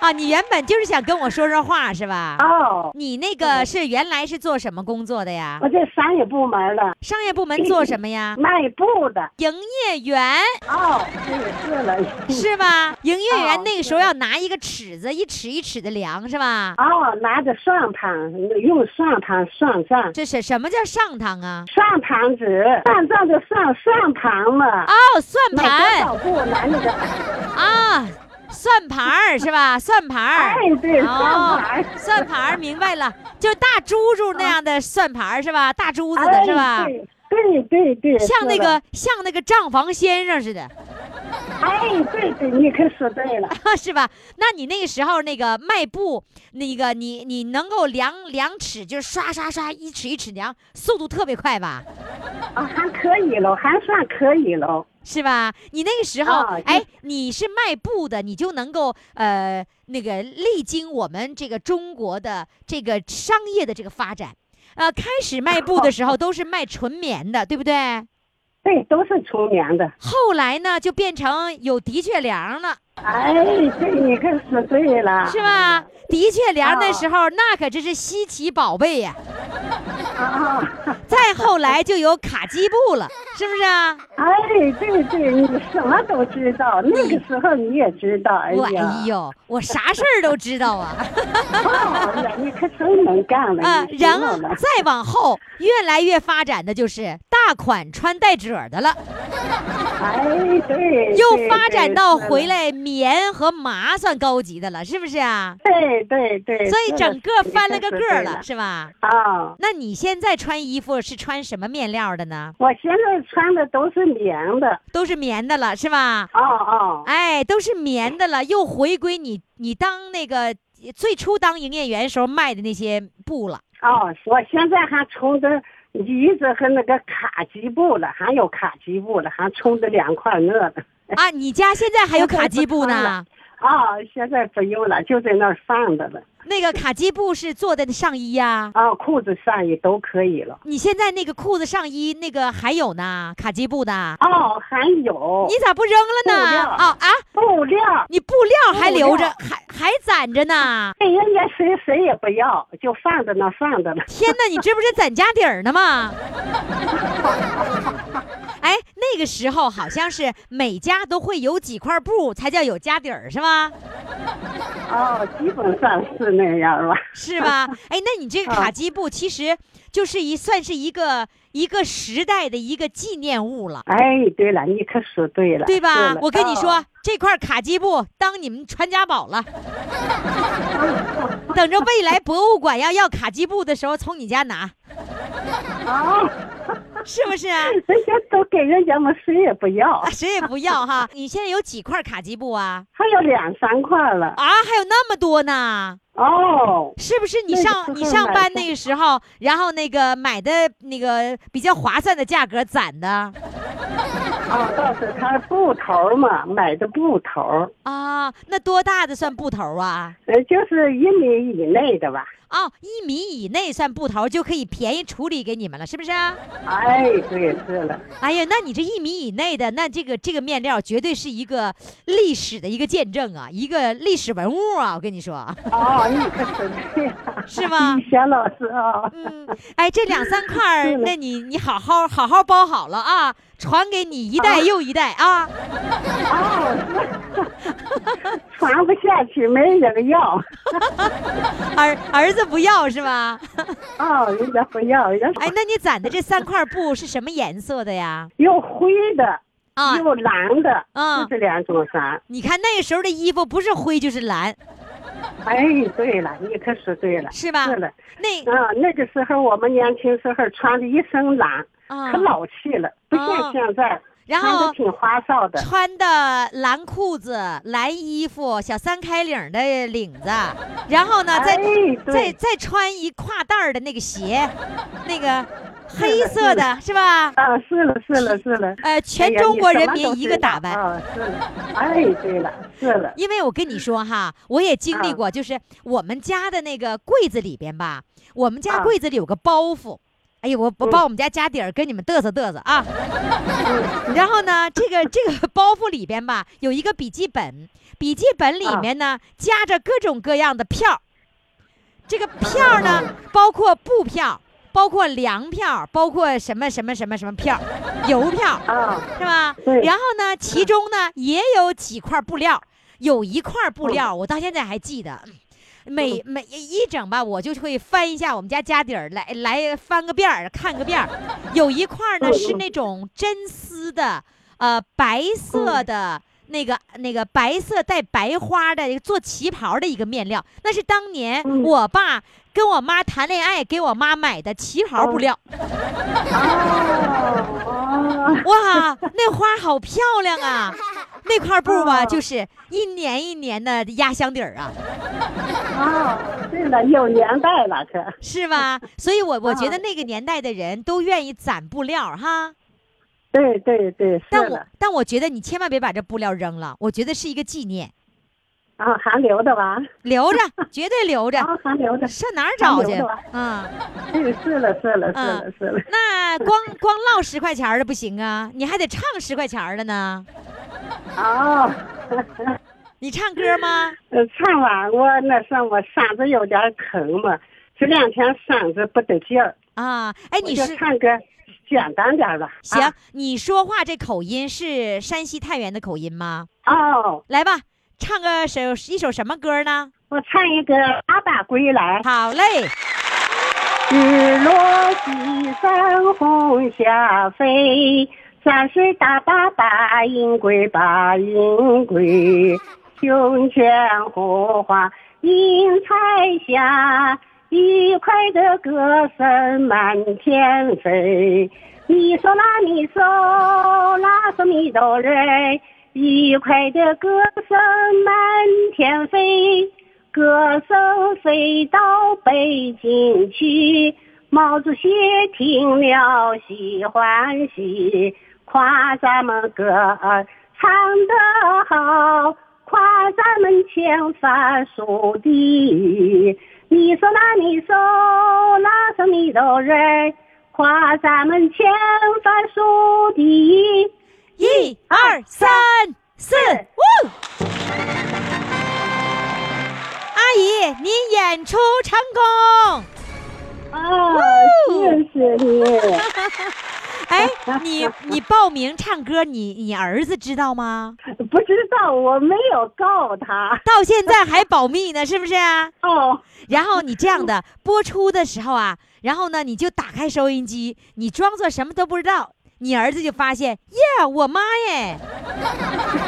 A: 啊，你原本就是想跟我说说话是吧？
J: 哦，
A: 你那个是原来是做什么工作的呀
J: 我？这商业部门的，
A: 商业部门做什么呀？
J: 卖布的。
A: 营业员
J: 哦，这也是了。
A: 是吧？营业
J: 哦
A: 员那个时候要拿一个尺子，一尺一尺的量是吧？
J: 哦，拿着算盘，用算盘算账，
A: 这是什么叫上堂啊？
J: 算盘子，算账就算算盘嘛。
A: 哦，算
J: 买多
A: 盘
J: 少布拿那个，
A: 啊，算盘儿 是吧？算盘
J: 哎
A: 儿。，
J: 对，
A: 哦
J: 算盘。，
A: 算盘儿，明白了，就是大珠珠那样的算盘儿是吧？大珠子的 是吧
J: 哎？对对对对，
A: 像那
J: 是的
A: 个像那个账房先生似的，
J: 哎，对对，你可说对了。
A: 是吧？那你那个时候那个卖布，那个你你能够量量尺，就是刷刷刷一尺一尺量，速度特别快吧？
J: 啊，还可以喽，还算可以喽。
A: 是吧？你那个时候，
J: 啊就
A: 哎，你是卖布的，你就能够呃那个历经我们这个中国的这个商业的这个发展。呃，开始卖布的时候都是卖纯棉的，对不对？
J: 对，都是纯棉的。
A: 后来呢，就变成有的确良了，
J: 哎，这你可说对了，
A: 是吧？的确良那时候那可真是稀奇宝贝呀、
J: 啊，
A: 再后来就有卡基布了，是不是啊？
J: 哎，对对，你什么都知道，那个时候你也知道，哎
A: 我
J: 呀，
A: 哎呦，我啥事儿都知道啊！
J: 哎呀，你可真能干了，
A: 啊，
J: 你知
A: 然
J: 道
A: 后
J: 了，
A: 再往后，越来越发展的就是大款穿带褶儿的了，
J: 哎，对，
A: 又
J: 对
A: 发展到回。
J: 对
A: 来棉和麻算高级的了，是不是啊？
J: 对对对，
A: 所以
J: 这
A: 整个
J: 你
A: 翻
J: 可
A: 了个
J: 说
A: 个
J: 对
A: 儿了，是吧？
J: 啊！
A: 那你现在穿衣服是穿什么面料的呢？
J: 我现在穿的都是棉的，
A: 都是棉的了，是吧？
J: 哦哦，
A: 哎，都是棉的了，又回归你你当那个最初当营业员时候卖的那些布了。
J: 哦，我现在还冲着呢子和那个卡其布了，还有卡其布了，还冲着两块那了。
A: 啊，你家现在还有卡基布
J: 现在不穿
A: 呢
J: 了？啊、现在不用了，就在那儿放着了。
A: 那个卡基布是做的上衣呀、
J: 啊、裤子上也都可以了。
A: 你现在那个裤子上衣那个还有呢，卡基布的，
J: 哦，还有
A: 你咋不扔了
J: 布
A: 呢？
J: 料
A: 哦啊，
J: 布料，
A: 你布料还留着，还还攒着呢。
J: 这人家谁谁也不要，就放着那放着了。
A: 天哪，你这不是攒家底儿呢吗？哎，那个时候好像是每家都会有几块布才叫有家底儿，是吧？
J: 哦，基本上是那样吧。
A: 是吧？哎，那你
J: 啊
A: 这个卡基布其实就是一算是一个一个时代的一个纪念物了。
J: 哎，对了，你可说对了，
A: 对吧
J: 了？
A: 我跟你说，
J: 哦
A: 这块卡基布当你们传家宝了，等着未来博物馆要要卡基布的时候，从你家拿，
J: 哦，
A: 是不是啊？
J: 人家都给人家们谁也不要
A: 啊，谁也不要哈。你现在有几块卡基布啊？
J: 还有两三块了。
A: 啊，还有那么多呢，
J: 哦，
A: 是不是？你
J: 那个
A: 上
J: 时候
A: 你上班
J: 买的
A: 那个时候，然后那个买的那个比较划算的价格攒的
J: 哦，倒是他布头嘛，买的布头，
A: 啊，那多大的算布头啊？
J: 呃，就是一米以内的吧。
A: 哦，一米以内算布头就可以便宜处理给你们了，是不是啊、
J: 哎，对，是了。
A: 哎呀，那你这一米以内的，那这个这个面料绝对是一个历史的一个见证啊，一个历史文物啊！我跟你说，
J: 哦，你可是对呀、
A: 是吗
J: 小啊老师啊、
A: 嗯，哎，这两三块儿
J: 对，了
A: 那你你好好好好包好了啊，传给你一代又一代啊！
J: 传不下去，没人要。
A: 儿儿子不要是 吧？
J: 哦，人家不要，人家
A: 哎，那你攒的这三块布是什么颜色的呀？
J: 有灰的，
A: 啊，
J: 有蓝的，
A: 嗯
J: 就这两种色。
A: 你看那时候的衣服不是灰就是蓝，
J: 哎，对了，你可说对了，
A: 是吧
J: 是了，
A: 那
J: 啊、那个时候我们年轻时候穿的一身蓝，
A: 啊
J: 可，老气了，不像现在，
A: 然
J: 穿
A: 后
J: 的挺花哨的。
A: 穿的蓝裤子、蓝衣服、小三开领的领 子，然后呢，再、
J: 哎
A: 再
J: 对
A: 再穿一挎带儿的那个鞋，那个黑色的是吧？
J: 啊，是了，是了，是了。
A: 呃，
J: 哎
A: 全
J: 呀
A: 中
J: 你
A: 国
J: 什
A: 人
J: 么
A: 民
J: 都
A: 一
J: 知
A: 个
J: 道
A: 打扮。
J: 啊，是了，哎，对了，是了，
A: 因为我跟你说哈，我也经历
J: 啊
A: 过，就是我们家的那个柜子里边吧，我们家
J: 啊嗯
A: 柜子里有个包袱。哎呦，我我把我们家家底儿跟你们嘚瑟嘚瑟啊！ 然后呢，这个这个包袱里边吧，有一个笔记本，笔记本里
J: 啊
A: 面呢夹着各种各样的票儿，这个票儿呢包括布票，包括粮票，包括什么什么什么什么票儿，邮票，
J: 啊，
A: 是吧？
J: 对
A: 然后呢，其中呢也有几块布料，有一块布
J: 嗯
A: 料我到现在还记得。每每一整吧，我就会翻一下我们家家底儿，来来翻个遍儿，看个遍儿。有一块儿呢
J: 嗯
A: 是那种真丝的，呃，白色
J: 嗯
A: 的那个那个白色带白花的一个做旗袍的一个面料，那是当年
J: 嗯
A: 我爸跟我妈谈恋爱给我妈买的旗袍布
J: 嗯
A: 料。
J: 哦，
A: 哇，那花儿好漂亮啊！那块布吧，
J: 哦
A: 就是一年一年的压箱底儿啊，
J: 哦，对了，有年代了，可嗯
A: 是吧？所以我我觉得那个年代的人都愿意攒布料儿哈。
J: 对对对，
A: 但
J: 是
A: 我
J: 的，
A: 但我觉得你千万别把这布料扔了，我觉得是一个纪念，
J: 啊，还留着吧，
A: 留着，绝对留着。
J: 啊，还留着，
A: 上哪儿找去
J: 留着吧？
A: 啊、
J: 是是了是了是
A: 嗯
J: 了是了，
A: 那光 光唠十块钱儿的不行啊，你还得唱十块钱儿的呢。
J: 哦，
A: 你唱歌吗？
J: 呃唱完我那什么嗓子有点疼嘛，这两天嗓子不得劲儿，
A: 啊，哎，
J: 我
A: 你
J: 就是唱歌简单点儿吧。
A: 行、
J: 啊
A: 你说话这口音是山西太原的口音吗？
J: 哦，
A: 来吧，唱个首一首什么歌呢？
J: 我唱一个《阿爸归来》。
A: 好嘞，
J: 日落西山红霞飞，战士打打打，银龟把银龟，胸前荷花映彩霞，愉快的歌声满天飞。你嗦啦你嗦啦嗦咪哆来，愉快的歌声满天飞。歌声飞到北京去，毛主席听了喜欢喜，夸咱们歌儿唱得好，夸咱们前发属地。你说那你说那是你的人，夸咱们前发属地。
A: 一二三四，呜！阿姨，您演出成功。
J: 啊，谢谢你。
A: 哎，你你报名唱歌，你你儿子知 道吗？
J: 不知道，我没有告他。
A: 到现在还保密呢，是不是啊？
J: 哦，
A: 然后你这样的播出的时候啊，然后呢，你就打开收音机，你装作什么都不知道，你儿子就发现，耶，我妈耶，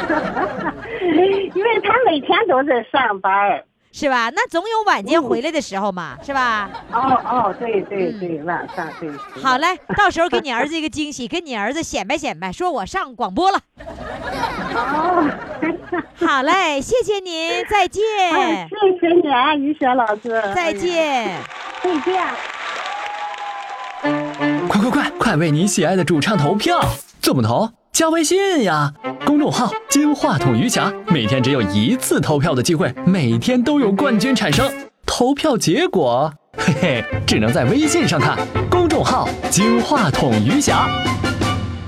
J: 因为他每天都在上班。
A: 是吧？那总有晚间回来的时候嘛，是吧？
J: 哦哦，对对对，晚上对。
A: 好嘞，到时候给你儿子一个惊喜，给你儿子显摆显摆，说我上广播了。
J: 哦，
A: 好嘞，谢谢您，再
J: 哎
A: 见，
J: 谢谢你啊，于雪老师。哎
A: 再
J: 哎呀，
A: 见。
J: 再见。
G: 快快快，快为你喜爱的主唱投票！怎么投？加微信呀，公众号“金话筒余霞”，每天只有一次投票的机会，每天都有冠军产生。投票结果，嘿嘿，只能在微信上看。公众号“金话筒余霞”。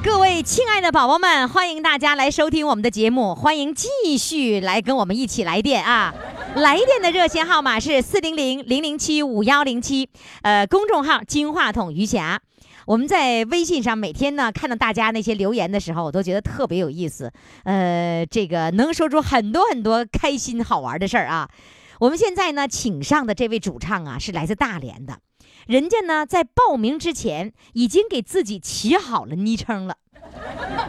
A: 各位亲爱的宝宝们，欢迎大家来收听我们的节目，欢迎继续来跟我们一起来电啊！来电的热线号码是四零零零零七五幺零七，呃，公众号金话筒余霞。我们在微信上每天呢看到大家那些留言的时候，我都觉得特别有意思。呃，这个能说出很多很多开心好玩的事儿啊。我们现在呢，请上的这位主唱啊，是来自大连的。人家呢在报名之前已经给自己起好了昵称了，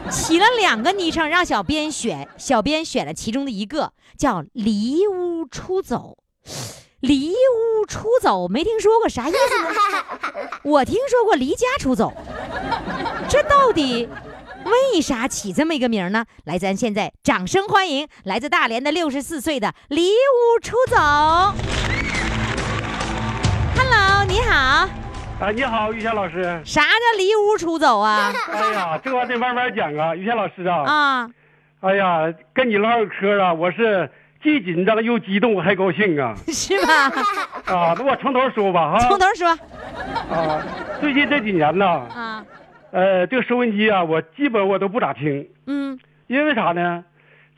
A: 起了两个昵称，让小编选，小编选了其中的一个，叫“离屋出走”。离屋出走没听说过，啥意思呢？ 我听说过离家出走，这到底为啥起这么一个名呢？来，咱现在掌声欢迎来自大连的六十四岁的离屋出走。Hello，你好。
K: 啊，你好，于霞老师。
A: 啥叫离屋出走 啊？
K: 哎呀，这玩意儿得慢慢讲啊，于霞老师啊。
A: 啊，
K: 哎呀，跟你唠会儿嗑啊，我是既紧张又激动，我还高兴啊。
A: 是吧？
K: 啊，那我从头说吧
A: 从
K: 哈。
A: 头说
K: 啊，最近这几年呢，
A: 啊，
K: 呃，这个收音机啊，我基本我都不咋听，
A: 嗯，
K: 因为啥呢？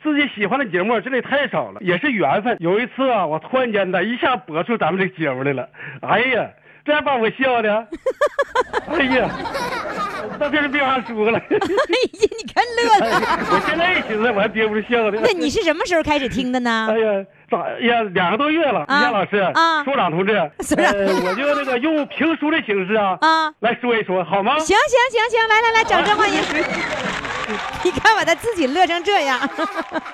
K: 自己喜欢的节目真的太少了，也是缘分。有一次啊，我突然间的一下播出咱们这个节目来了，哎呀，这还把我 笑的，哎呀，到这就没法说了。哎
A: 哎呀，你看乐的。
K: 我现在也寻思，我还憋不住笑的。
A: 那你是什么时候开始听的呢
K: 哎？呀，咋哎呀？两个多月了，于
A: 啊
K: 霞老师，
A: 啊
K: 所长同志，
A: 所长
K: 呃，我就那个用评书的形式啊，
A: 啊，
K: 来说一说好吗？
A: 行行行行，来来来，掌声欢迎。 你看把他自己乐成这样，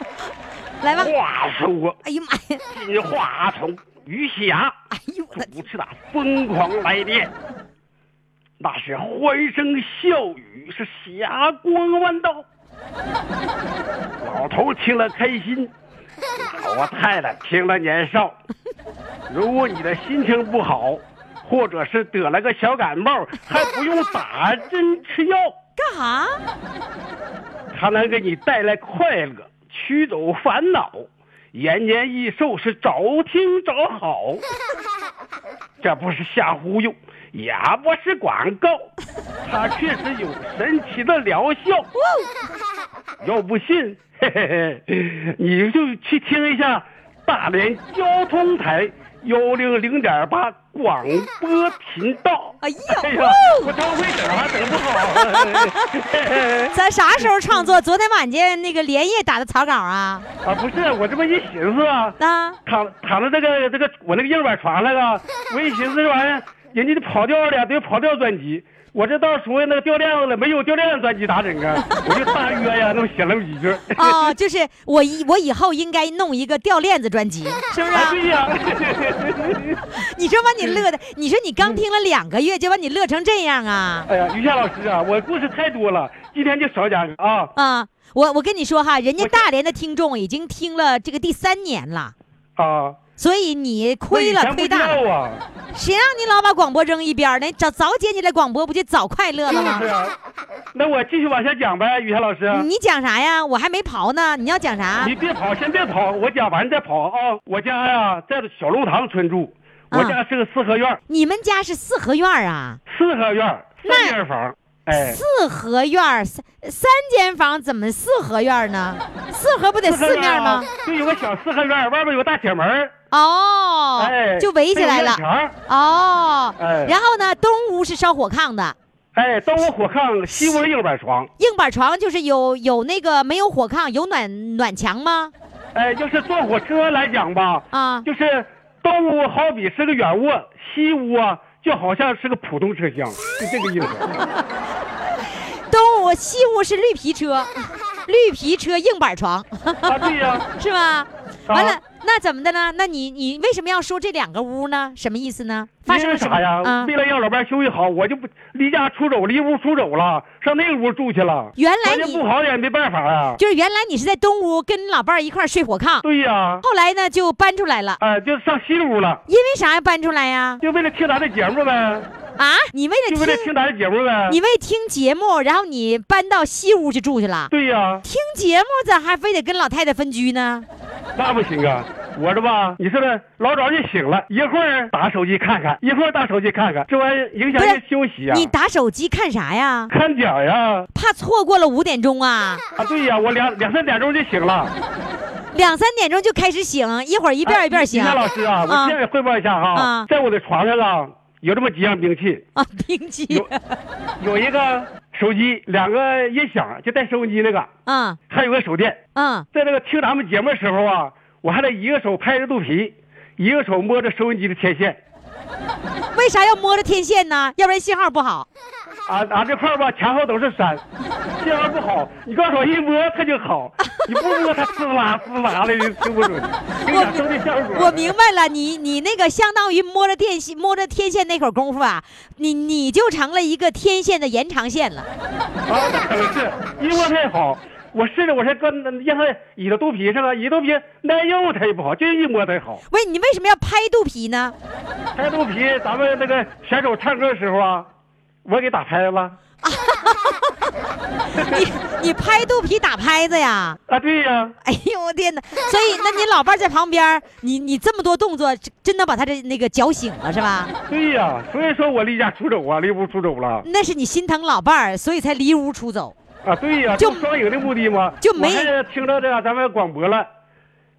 A: 来吧。
K: 话说，
A: 哎呀妈呀！
K: 金话筒余霞
A: 哎呦我的
K: 主持打疯狂来电，那是欢声笑语，是霞光万道。老头听了开 心，老太太听了年少。如果你的心情不好，或者是得了个小感冒，还不用打针吃药。
A: 干哈？
K: 它能给你带来快乐，驱走烦恼，延年益寿是早听早好。这不是瞎忽悠，也不是广告，它确实有神奇的疗效。要不信，嘿嘿嘿，你就去听一下大连交通台幺零零点八广播频道。
A: 哎呀
K: 哎呀
A: 哦，
K: 我张会整还整不好。
A: 咱啥时候创作？昨天晚间那个连夜打的草稿啊？
K: 啊，不是，我这不一寻思啊，
A: 啊，
K: 躺躺在这个这个我那个硬板床那个，我一寻思这玩意儿，人家就跑调了，得跑调专辑。我这到时候那个掉链子了，没有掉链子专辑咋整啊？我就大约呀，那么写那么几句。
A: 哦，就是我以我以后应该弄一个掉链子专 辑，是不是、
K: 啊，对呀、
A: 你说把你乐的，你说你刚听了两个月就把你乐成这样啊？
K: 哎呀，于夏老师啊，我故事太多了，今天就少讲啊。
A: 啊，我我跟你说哈，人家
K: 我
A: 大连的听众已经听了这个第三年了，
K: 啊，
A: 所以你亏
K: 我以
A: 了，
K: 前
A: 亏
K: 不知
A: 大了。
K: 道啊，
A: 谁让你老把广播扔一边儿呢？早早捡起来广播不就早快乐了
K: 就
A: 吗
K: 是？啊。那我继续往下讲呗，于夏老师。啊
A: 你讲啥呀？我还没刨呢，你要讲啥
K: 你？别跑，先别跑，我讲完再跑啊！我家呀、在小龙塘村住，
A: 啊
K: 我家是个四合院儿，
A: 你们家是四合院儿啊？
K: 四合院儿
A: 那
K: 三间房，哎，
A: 四合院儿三三间房怎么四合院儿呢？四合不得
K: 合
A: 四
K: 院儿
A: 面
K: 啊
A: 吗？？
K: 就有个小四合院儿，外边有个大铁门儿，
A: 哦，
K: 哎，
A: 就围起来
K: 还有
A: 了
K: 院。墙儿，
A: 哦，
K: 哎
A: 然后呢，东屋是烧火炕的，
K: 哎，东屋火炕，西屋硬板床，
A: 硬板床就是有有那个没有火炕有暖暖墙吗？
K: 哎，要是坐火车来讲吧，
A: 啊，
K: 就是东屋好比是个软卧，西屋啊就好像是个普通车厢，就这个意
A: 啊
K: 思。
A: 东屋西屋是绿皮车，绿皮车硬板床
K: 啊，对呀、 啊
A: 是吧？完了，那怎么的呢？那你你为什么要说这两个屋呢？什么意思呢？发
K: 因
A: 生
K: 为
A: 了什么
K: 啥呀？
A: 啊
K: 为？了让老伴儿休息好，我就不离家出走，离屋出走了，上那个屋住去了。
A: 原来
K: 条件
A: 你
K: 不好也没办法啊。
A: 就是原来你是在东屋跟老伴儿一块儿睡火炕，
K: 对呀、
A: 后来呢就搬出来了，
K: 哎、就上西屋了，
A: 因为啥呀搬出来呀？
K: 就为了听咱的节目呗，
A: 啊，你为
K: 就
A: 了
K: 为了
A: 听
K: 听咱啊的节目呗。
A: 你为听节目，然后你搬到西屋去住去了。
K: 对呀、
A: 听节目咋还非得跟老太太分居呢？
K: 那不行啊！我这吧，你说的老早就醒了，一会儿打手机看看，一会儿打手机看看，这玩意儿影响
A: 不是
K: 人休息呀、
A: 你打手机看啥呀？
K: 看点儿呀！
A: 怕错过了五点钟啊，
K: 啊，对呀、我两两三点钟就醒了。
A: 两三点钟就开始醒，一会儿一嗯遍
K: 哎
A: 一遍醒。
K: 于谦老师啊，我这样汇报一下哈、
A: 啊
K: 在我的床上啊，有这么几样兵器，
A: 啊，冰机
K: 有有一个手机，两个音响，就带收音机那个，
A: 啊
K: 还有个手电。
A: 啊，
K: 在这个听咱们节目的时候啊，我还得一个手拍着肚皮，一个手摸着收音机的天线。
A: 为啥要摸着天线呢？要不然信号不好。
K: 俺俺啊这块儿吧，前后都是山，信号不好。你刚手一摸它就好，你不摸它滋啦滋啦的，就听不准，给你收的效果。
A: 我明白了，你你那个相当于摸着电线摸着天线那会儿功夫啊，你你就成了一个天线的延长线了。
K: 啊，那可能是音乐太好。我试着，我说搁让他倚到肚皮上啊，倚肚皮耐用它也不好，就一摸它好。
A: 喂，你为什么要拍肚皮呢？
K: 拍肚皮，咱们那个选手唱歌的时候啊，我给打拍了。
A: 你你拍肚皮打拍子呀？
K: 啊，对呀、
A: 哎呦我天哪！所以那你老伴儿在旁边儿，你你这么多动作，真真的把他这那个搅醒了是吧？
K: 对呀、所以说我离家出走啊，离屋出走了。
A: 那是你心疼老伴儿，所以才离屋出走。
K: 啊，对呀、
A: 就
K: 就双赢的目的嘛。
A: 就没
K: 我还是听到这个咱们广播了，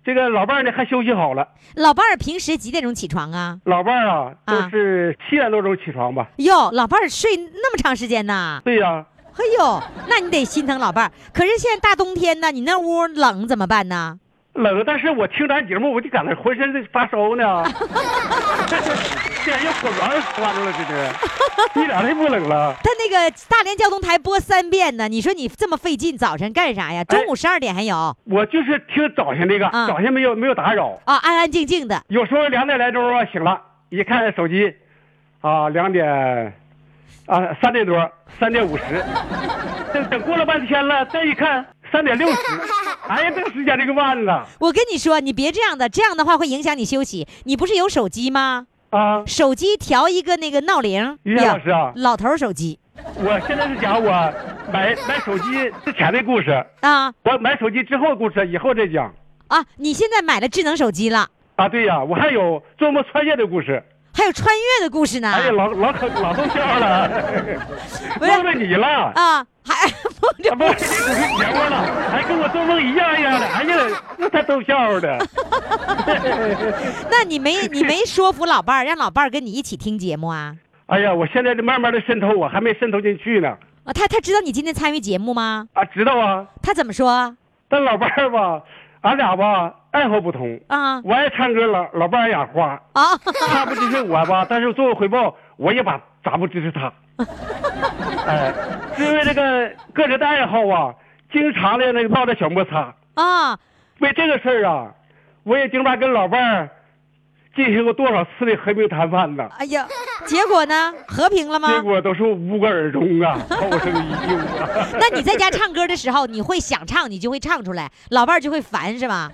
K: 这个老伴儿呢还休息好了，
A: 老伴儿平时几点钟起床啊？
K: 老伴儿啊
A: 啊
K: 都是七点多钟起床吧。
A: 哟，老伴儿睡那么长时间呢？
K: 对呀、
A: 嘿呦，那你得心疼老伴儿。可是现在大冬天呢，你那屋冷怎么办呢？
K: 冷，但是我听咱节目我就感觉浑身这发 烧呢。 这人火苗发着了，这是，一点都不冷了。
A: 他那个大连交通台播三遍呢，你说你这么费劲，早晨干啥
K: 哎
A: 呀？中午十二点还有啊，
K: 我就是听早上这个，
A: 啊哦
K: 早上没有没有打扰，
A: 安安静静的。
K: 有时候两点来钟啊醒了，一看手机，啊两点，啊三点多，三点 五十，等等过了半天了，再一看三点六十，哎呀，这个时间这个慢了
A: 我跟你说，你别这样的，这样的话会影响你休息。你不是有手机吗？
K: 啊！
A: 手机调一个那个闹铃，
K: 于洋老师啊
A: 老头儿手机。
K: 我现在是讲我买买手机之前的故事，
A: 啊
K: 我买手机之后的故事，以后再讲。
A: 啊！你现在买了智能手机了，
K: 啊，对呀，我还有做梦穿越的故 事。
A: 还有穿越的故事呢。
K: 哎呀，老老可老逗笑了，
A: 不是
K: 梦着你了，
A: 啊，还不
K: 啊不是你是节目了，还跟我做梦一样一样的，哎呀，那太逗笑的。
A: 那你没你没说服老伴儿，让老伴儿跟你一起听节目啊？
K: 哎呀，我现在这慢慢的渗透，我还没渗透进去呢。
A: 啊，他他知道你今天参与节目吗？
K: 啊，知道啊，
A: 他怎么说
K: 但老伴儿吧，俺俩吧爱好不同。
A: 啊？
K: 我爱唱歌，老老伴儿爱养花，
A: 啊，
K: 他不支持我吧，但是作为回报，我也把咋不支 持他。哎，因为这个个人的爱好啊，经常的那个闹点小摩擦。
A: 啊，
K: 为这个事儿啊，我也经常跟老伴儿进行过多少次的和平谈判呢，
A: 哎呀，结果呢？和平了
K: 结
A: 吗？
K: 果都是无果而终啊，后生依旧啊。
A: 那你在家唱歌的时候，你会想唱，你就会唱出来，老伴儿就会烦是吧？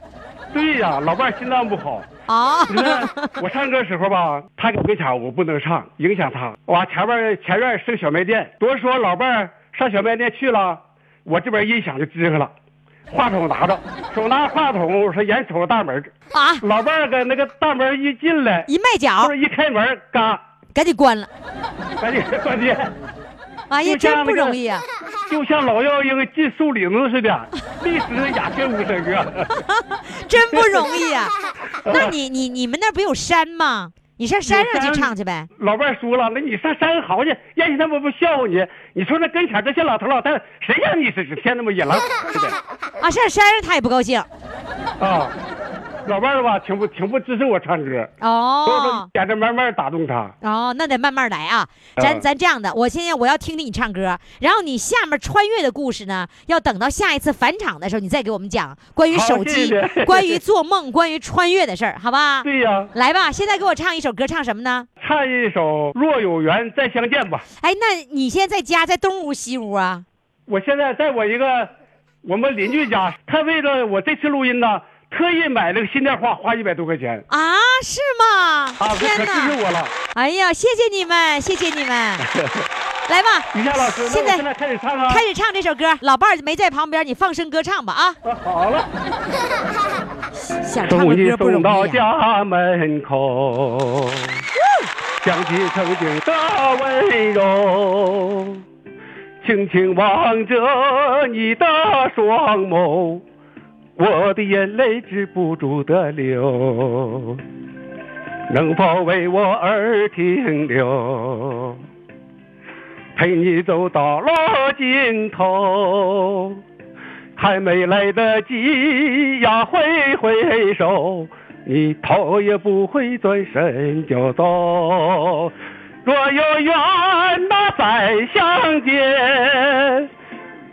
K: 对呀、老伴儿心脏不好。
A: 啊，
K: 你看我唱歌时候吧，他搁跟前我不能唱，影响他。哇，前面儿前院儿是个小卖店，多说老伴儿上小卖店去了，我这边音响就支开了，话筒拿着，手拿话筒，我说眼瞅着大门儿，
A: 啊，
K: 老伴儿搁那个大门儿一进来，
A: 一迈脚
K: 或者一开门儿，嘎，
A: 赶紧关了。
K: 赶紧关机，
A: 哎呀，
K: 就
A: 真
K: 像
A: 不
K: 那个
A: 容易啊！
K: 就像老妖精进树林子似的，立时鸦雀无声啊。
A: 真不容易 啊！那你你你们那儿不有山吗？你上山上
K: 有
A: 去
K: 山
A: 唱去呗。
K: 老伴儿说了，那你上山嚎去，也许他们不笑话你。你说那跟前这些老头老太太，谁让你是天那么野狼似 的
A: 啊，上山上他也不高兴。
K: 啊？老伴儿吧，挺不挺不支持我唱歌，所以说
A: 哦
K: 在这慢慢打动他。
A: 哦，那得慢慢来啊。咱
K: 嗯
A: 咱这样的，我现在我要听听你唱歌，然后你下面穿越的故事呢，要等到下一次返场的时候，你再给我们讲关于
K: 好
A: 手
K: 谢
A: 机、
K: 谢
A: 关于做梦、关于穿越的事儿，好吧？
K: 对呀、
A: 来吧，现在给我唱一首歌，唱什么呢？
K: 唱一首《若有缘再相见》吧。
A: 哎，那你现在在家，在东屋西屋啊？
K: 我现在在我一个我们邻居家，他为了我这次录音呢，特意买了个新电话，花一百多块钱
A: 啊，是吗？
K: 啊，可
A: 天
K: 可支
A: 哪！
K: 持我了。
A: 哎呀，谢谢你们，谢谢你 们，来吧，
K: 于谦老师，那
A: 现
K: 我
A: 在
K: 现在开始唱啊。
A: 开始唱这首歌。老伴儿没在旁边，你放声歌唱吧啊！
K: 啊 好了。
A: 想唱
K: 送
A: 个
K: 你
A: 歌不容
K: 送到
A: 易、啊。
K: 家门口，想起曾经的温柔，轻轻望着你的双眸，我的眼泪止不住的流，能否为我而停留？陪你走到了尽头。还没来得及呀挥挥手，你头也不回转身就走。若有缘那再相见，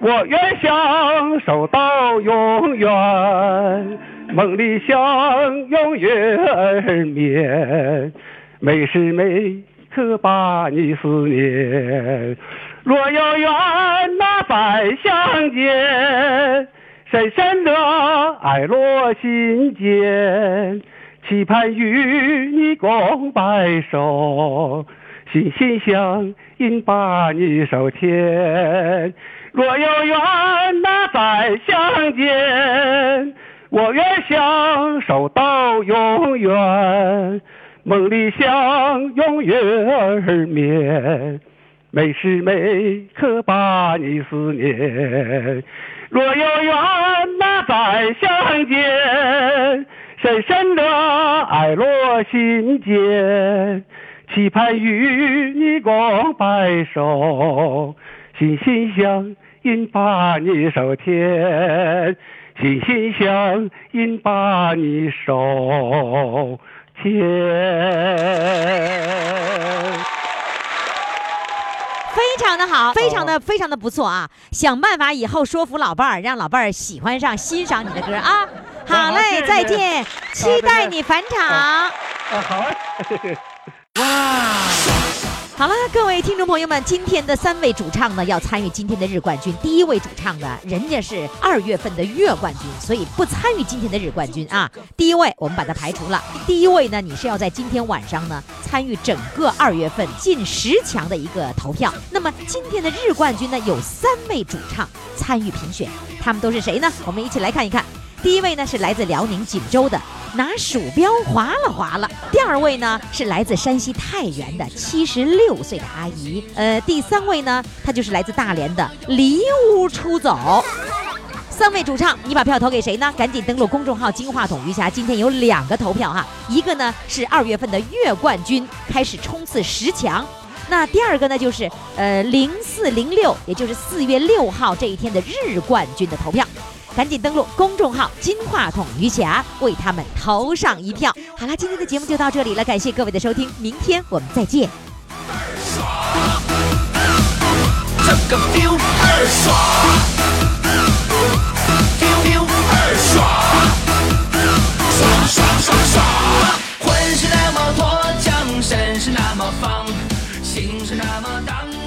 K: 我愿相守到永远，梦里相拥月儿眠，每时每刻把你思念。若有缘那再相见，深深的爱落心间，期盼与你共白首，心心相印把你手牵。若有缘那再相见，我愿相守到永远，梦里相拥月儿眠。每时每刻把你思念。若有缘那再相见，深深的爱落心间，期盼与你共白首，心心相印把你手牵，心心相印把你手牵。
A: 非常的
K: 哦
A: 好，非常的非常的不错啊！想办法以后说服老伴儿，让老伴儿喜欢上、欣赏你的歌啊！好嘞，
K: 好
A: 再
K: 谢谢
A: 见， 期待你返场。
K: 啊，好啊。
A: 好了，各位听众朋友们，今天的三位主唱呢要参与今天的日冠军。第一位主唱呢，人家是二月份的月冠军，所以不参与今天的日冠军啊。第一位我们把它排除了。第一位呢，你是要在今天晚上呢参与整个二月份近十强的一个投票。那么今天的日冠军呢，有三位主唱参与评选，他们都是谁呢？我们一起来看一看。第一位呢是来自辽宁锦州的，拿鼠标划了划了。第二位呢是来自山西太原的七十六岁的阿姨。呃，第三位呢，她就是来自大连的离屋出走。三位主唱，你把票投给谁呢？赶紧登录公众号“金话筒余霞”，今天有两个投票哈，一个呢是二月份的月冠军，开始冲刺十强。那第二个呢，就是呃零四零六，也就是四月六号这一天的日冠军的投票。赶紧登录公众号“金话筒余霞”，为他们投上一票。好了，今天的节目就到这里了，感谢各位的收听，明天我们再见。
B: 这个 feel 二爽，feel feel 二爽，爽爽爽爽，浑是那么脱缰，身是那么放，心是那么荡。